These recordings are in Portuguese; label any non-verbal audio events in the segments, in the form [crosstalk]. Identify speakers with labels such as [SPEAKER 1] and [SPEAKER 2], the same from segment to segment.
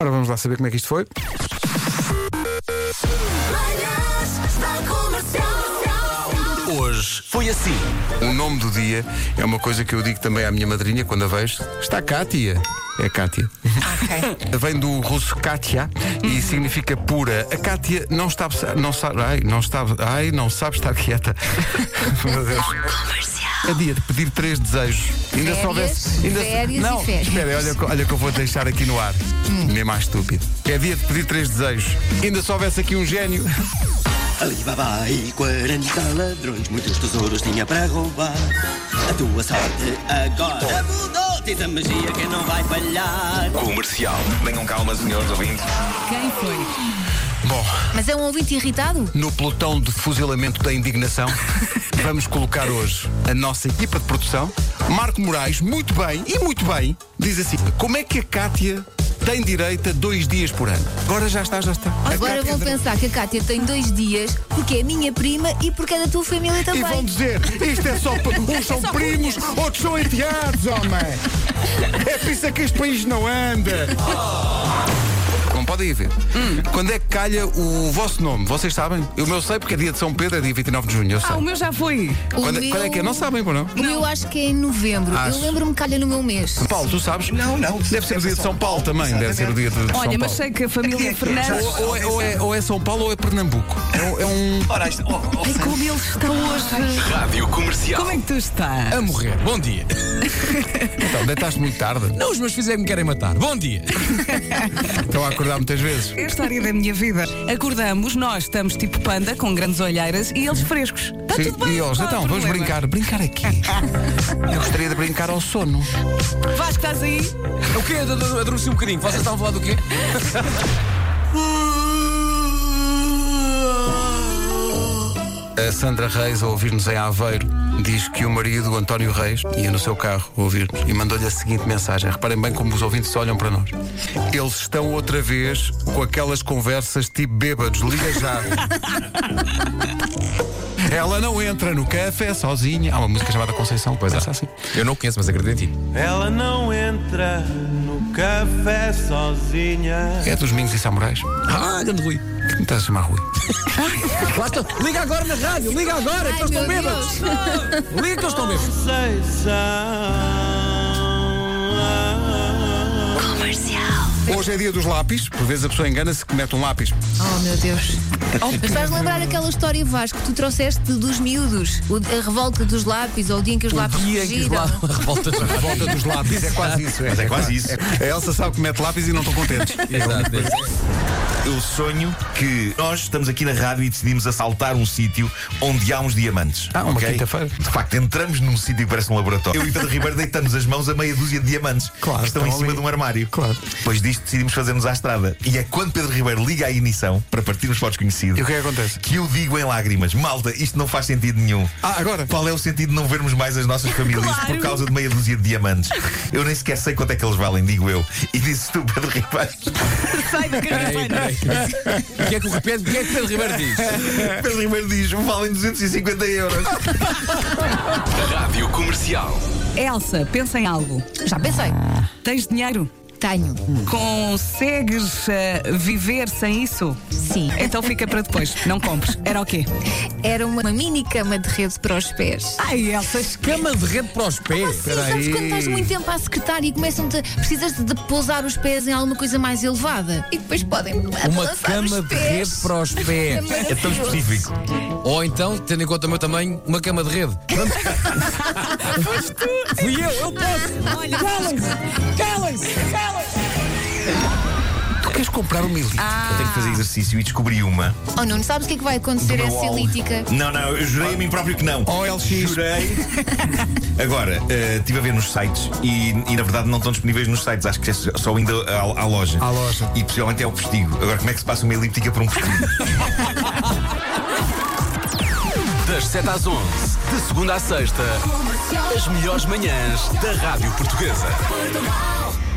[SPEAKER 1] Ora, vamos lá saber como é que isto foi.
[SPEAKER 2] Manhãs da Comercial.
[SPEAKER 3] Hoje foi assim.
[SPEAKER 1] O nome do dia é uma coisa que eu digo também à minha madrinha quando a vejo. Está cá, tia. É Kátia. Vem do russo Katia e significa pura. A Kátia não está, não sabe, ai, não está, ai, não sabe estar quieta. [laughs] Meu Deus. A dia de pedir três desejos. Ainda se soubesse. Ainda se-
[SPEAKER 4] férias
[SPEAKER 1] não,
[SPEAKER 4] e férias.
[SPEAKER 1] espera, olha, que- olha que eu vou deixar aqui no ar. Nem mais estúpido. É dia de pedir três desejos. Ainda se houvesse aqui um gênio. [laughs]
[SPEAKER 5] Alibaba e 40 ladrões, muitos tesouros tinha para roubar. A tua sorte agora mudou, diz a magia que não vai falhar.
[SPEAKER 3] Comercial. Tenham calma, senhores ouvintes.
[SPEAKER 4] Quem foi?
[SPEAKER 1] Bom.
[SPEAKER 4] Mas é um ouvinte irritado?
[SPEAKER 1] no pelotão de fuzilamento da indignação, vamos colocar hoje a nossa equipa de produção. Marco Moraes, muito bem, e muito bem, diz assim: como é que a Cátia tem direito a dois dias por ano? Agora já está, já está. A
[SPEAKER 4] Agora
[SPEAKER 1] É Cátia
[SPEAKER 4] vão
[SPEAKER 1] entra-
[SPEAKER 4] pensar que a Cátia tem dois dias porque é minha prima e porque é da tua família
[SPEAKER 1] E vão
[SPEAKER 4] também.
[SPEAKER 1] dizer, isto é só. pa- Uns são primos, outros são enteados, homem! É por isso é que este país não anda! Não podem ir ver. Quando é que calha o vosso nome? Vocês sabem? O meu sei porque é dia de São Pedro, é dia 29 de junho, eu sei.
[SPEAKER 6] Ah, o meu já foi.
[SPEAKER 4] O
[SPEAKER 1] Quando,
[SPEAKER 4] meu-
[SPEAKER 1] quando é que é? Não sabem, pô, não?
[SPEAKER 4] O meu acho que é em novembro.
[SPEAKER 1] Acho.
[SPEAKER 4] Eu lembro-me que calha no meu mês.
[SPEAKER 1] Paulo, tu sabes? Não, não. Deve ser o dia de São Paulo também. Deve ser o dia de São Paulo.
[SPEAKER 6] Olha, mas sei que a família Fernandes.
[SPEAKER 1] Ou, ou é, ou é- ou é São Paulo ou é Pernambuco. É, um- é um.
[SPEAKER 4] oh,
[SPEAKER 6] Ai, como eles estão hoje.
[SPEAKER 3] Rádio Comercial.
[SPEAKER 6] Como é que tu estás?
[SPEAKER 7] a morrer. Bom dia.
[SPEAKER 1] Então, deitaste muito tarde.
[SPEAKER 7] Não, os meus filhos é que me querem matar. Bom dia.
[SPEAKER 1] [laughs] Estão a acordar muitas vezes.
[SPEAKER 6] É a história da minha vida. Acordamos, nós estamos tipo panda, com grandes olheiras e eles frescos. Está
[SPEAKER 1] Sim,
[SPEAKER 6] tudo bem.
[SPEAKER 1] e eles,
[SPEAKER 6] não há
[SPEAKER 1] então, vamos
[SPEAKER 6] problema.
[SPEAKER 1] brincar. Brincar aqui. Eu gostaria de brincar ao sono.
[SPEAKER 6] Vasco, estás aí?
[SPEAKER 7] O quê? Ad- ad- Adormeci um bocadinho. Vocês estavam a falar do quê?
[SPEAKER 1] [laughs] A Sandra Reis, a ouvir-nos em Aveiro, diz que o marido, o António Reis, ia no seu carro a ouvir-nos e mandou-lhe a seguinte mensagem. Reparem bem como os ouvintes olham para nós. Eles estão outra vez com aquelas conversas tipo bêbados, liga
[SPEAKER 7] [laughs]
[SPEAKER 1] já. Ela não entra no café sozinha. Há uma música chamada Conceição, pois é. assim.
[SPEAKER 7] Eu não conheço, mas acredito em ti.
[SPEAKER 8] Ela não entra no café sozinha.
[SPEAKER 1] É dos Mingos e Samurais.
[SPEAKER 7] Ah, grande Rui.
[SPEAKER 1] Que me estás a chamar
[SPEAKER 7] [laughs]
[SPEAKER 1] Rui?
[SPEAKER 7] Lá estão. Liga agora na rádio. Liga agora,
[SPEAKER 4] Ai,
[SPEAKER 7] que eles estão
[SPEAKER 4] meu
[SPEAKER 7] bêbados.
[SPEAKER 4] Deus.
[SPEAKER 7] Liga que eles estão bêbados.
[SPEAKER 8] Ah, Conceição.
[SPEAKER 1] Hoje é dia dos lápis. Por vezes a pessoa engana-se que mete um lápis.
[SPEAKER 4] Oh meu Deus. Mas vais lembrar aquela história Vasco que tu trouxeste dos miúdos, O- a revolta dos lápis ou o dia em que os lápis
[SPEAKER 7] Dia em é que os
[SPEAKER 4] fugiram.
[SPEAKER 7] lá- [laughs] a revolta dos lábios.
[SPEAKER 1] Volta dos lápis, é quase isso. É, quase isso. A Elsa sabe que mete lápis e não estão contentes.
[SPEAKER 7] [laughs]
[SPEAKER 1] É
[SPEAKER 7] Exato. é
[SPEAKER 9] Eu sonho que nós estamos aqui na rádio e decidimos assaltar um sítio onde há uns diamantes.
[SPEAKER 1] Ah, uma
[SPEAKER 9] ok?
[SPEAKER 1] quinta-feira.
[SPEAKER 9] De facto, entramos num sítio que parece um laboratório. Eu e Pedro Ribeiro deitamos as mãos a meia dúzia de diamantes
[SPEAKER 1] Claro,
[SPEAKER 9] que estão em
[SPEAKER 1] estão
[SPEAKER 9] cima
[SPEAKER 1] ali.
[SPEAKER 9] de um armário.
[SPEAKER 1] Claro.
[SPEAKER 9] Depois disto decidimos fazermos à estrada. E é quando Pedro Ribeiro liga à ignição para partirmos para o desconhecido
[SPEAKER 1] E o que é que acontece?
[SPEAKER 9] que eu digo em lágrimas: Malta, isto não faz sentido nenhum.
[SPEAKER 1] Ah, agora?
[SPEAKER 9] Qual é o sentido de não vermos mais as nossas famílias por causa de meia dúzia de diamantes? Eu nem sequer sei quanto é que eles valem, digo eu. E disse tu, Pedro Ribeiro.
[SPEAKER 1] [laughs]
[SPEAKER 6] Sai da carreira.
[SPEAKER 7] Peraí, peraí. O que é que o Pedro, o que é que o Pedro Ribeiro diz?
[SPEAKER 9] Pedro Ribeiro diz: valem 250 euros.
[SPEAKER 3] Rádio Comercial.
[SPEAKER 6] Elsa, pensa em algo.
[SPEAKER 4] Já pensei.
[SPEAKER 6] Tens dinheiro?
[SPEAKER 4] Tenho.
[SPEAKER 6] Consegues eh, viver sem isso?
[SPEAKER 4] Sim.
[SPEAKER 6] Então fica para depois. Não compres. Era o quê?
[SPEAKER 4] Era uma, uma mini cama de rede para os pés.
[SPEAKER 6] Ai, Elsa,
[SPEAKER 7] Cama de rede para os
[SPEAKER 4] Ah,
[SPEAKER 7] pés.
[SPEAKER 4] Sim, sabes quando estás muito tempo à secretária e começam-te. Precisas de pousar os pés em alguma coisa mais elevada. E depois podem.
[SPEAKER 7] Uma
[SPEAKER 4] balançar
[SPEAKER 7] cama
[SPEAKER 4] os
[SPEAKER 7] de
[SPEAKER 4] pés.
[SPEAKER 7] rede para os pés.
[SPEAKER 9] É tão específico.
[SPEAKER 7] Ou então, tendo em conta o meu tamanho, uma cama de rede. Vamos. Fui eu, eu posso. Olha, calem-se, calem-se, calem-se.
[SPEAKER 1] Tu queres comprar
[SPEAKER 7] um
[SPEAKER 1] uma elite?
[SPEAKER 4] Ah.
[SPEAKER 9] Eu tenho que fazer exercício e descobri uma.
[SPEAKER 4] Oh, Nuno, sabes o que é que vai acontecer a essa
[SPEAKER 9] Wall.
[SPEAKER 4] elíptica?
[SPEAKER 9] Não, não, eu jurei a mim próprio que não.
[SPEAKER 1] OLX.
[SPEAKER 9] Jurei. Agora, eh, estive a ver nos sites e, e, na verdade não estão disponíveis nos sites, acho que é só ainda à, à loja.
[SPEAKER 1] À loja.
[SPEAKER 9] E possivelmente é o postigo. Agora, como é que se passa uma elíptica por um postigo?
[SPEAKER 3] Das 7 às 11. De segunda à sexta. As melhores manhãs da Rádio Portuguesa.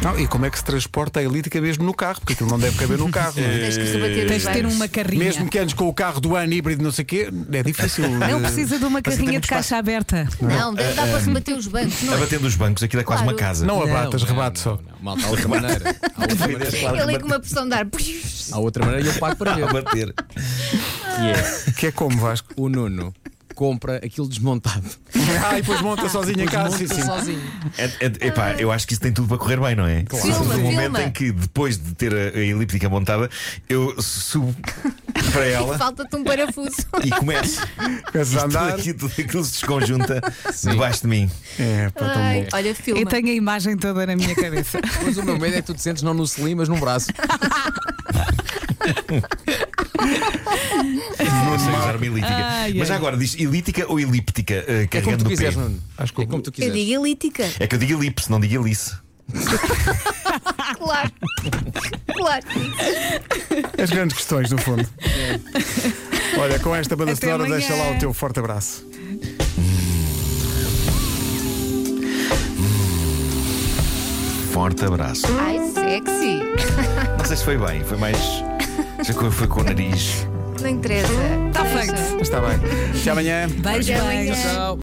[SPEAKER 1] Não, e como é que se transporta a elítica mesmo no carro? Porque aquilo não deve caber no carro.
[SPEAKER 7] [laughs]
[SPEAKER 1] não é?
[SPEAKER 4] Tens que rebater
[SPEAKER 6] Tens de ter uma carrinha.
[SPEAKER 1] Mesmo que andes com o carro do ano híbrido, não sei o quê, é difícil.
[SPEAKER 6] Não
[SPEAKER 1] eh,
[SPEAKER 6] precisa de uma
[SPEAKER 1] mas tem
[SPEAKER 6] carrinha
[SPEAKER 1] muito
[SPEAKER 6] de
[SPEAKER 1] espaço.
[SPEAKER 6] caixa aberta.
[SPEAKER 4] Não, dá dá para se bater os bancos, não é?
[SPEAKER 9] Abatendo os bancos, aquilo é quase
[SPEAKER 4] Claro.
[SPEAKER 9] uma casa.
[SPEAKER 1] Não abatas, rebate só.
[SPEAKER 10] Não, não. Malta, há outra maneira.
[SPEAKER 7] [laughs]
[SPEAKER 10] Há outra maneira.
[SPEAKER 4] Ele é com uma pressão de ar.
[SPEAKER 10] Há outra maneira e eu pago para ver.
[SPEAKER 9] Bater.
[SPEAKER 10] Que é
[SPEAKER 1] Que é como Vasco.
[SPEAKER 10] o Nuno compra aquilo desmontado.
[SPEAKER 1] Ah, e depois monta sozinho em casa.
[SPEAKER 7] assim.
[SPEAKER 1] Sim,
[SPEAKER 10] Monta
[SPEAKER 1] sim.
[SPEAKER 10] sozinho.
[SPEAKER 9] É, é- epá, eu acho que isso tem tudo para correr bem, não é?
[SPEAKER 4] Ah. Claro. Filma,
[SPEAKER 9] no momento
[SPEAKER 4] filma.
[SPEAKER 9] em que, depois de ter a, a elíptica montada, eu subo para ela
[SPEAKER 4] [laughs] Falta-te um parafuso.
[SPEAKER 9] e começo.
[SPEAKER 1] Começas a
[SPEAKER 9] Isto
[SPEAKER 1] andar.
[SPEAKER 9] aqui, tudo aquilo se desconjunta debaixo de mim.
[SPEAKER 1] É, pá, tão
[SPEAKER 4] Ai,
[SPEAKER 1] bom.
[SPEAKER 4] olha, filma.
[SPEAKER 6] Eu tenho a imagem toda na minha cabeça.
[SPEAKER 10] Mas o meu medo é que tu te sentes não no selim, mas num braço.
[SPEAKER 9] Não sei usar uma elíptica.
[SPEAKER 6] Ai,
[SPEAKER 9] Mas
[SPEAKER 6] ai.
[SPEAKER 9] agora diz elíptica ou elíptica? eh,
[SPEAKER 10] É como tu
[SPEAKER 9] carregando no
[SPEAKER 10] quiseres,
[SPEAKER 9] P.
[SPEAKER 10] Nuno. Acho que é como tu
[SPEAKER 4] Eu
[SPEAKER 10] quiseres.
[SPEAKER 4] digo elítica,
[SPEAKER 9] É que eu digo elipse, não digo elice.
[SPEAKER 4] claro. claro.
[SPEAKER 1] As grandes questões, no fundo. Olha, com esta banda
[SPEAKER 6] Até
[SPEAKER 1] sonora,
[SPEAKER 6] amanhã.
[SPEAKER 1] deixa lá o teu forte abraço.
[SPEAKER 9] Forte abraço.
[SPEAKER 4] Ai, sexy.
[SPEAKER 9] Não sei se foi bem, foi
[SPEAKER 4] [laughs]
[SPEAKER 9] mais. Já que Foi com o nariz.
[SPEAKER 4] Não interessa.
[SPEAKER 6] Está
[SPEAKER 4] Deixa.
[SPEAKER 6] Tá feito.
[SPEAKER 1] Está bem. Até amanhã.
[SPEAKER 6] Beijo,
[SPEAKER 4] Até amanhã.
[SPEAKER 6] beijo.
[SPEAKER 10] Tchau.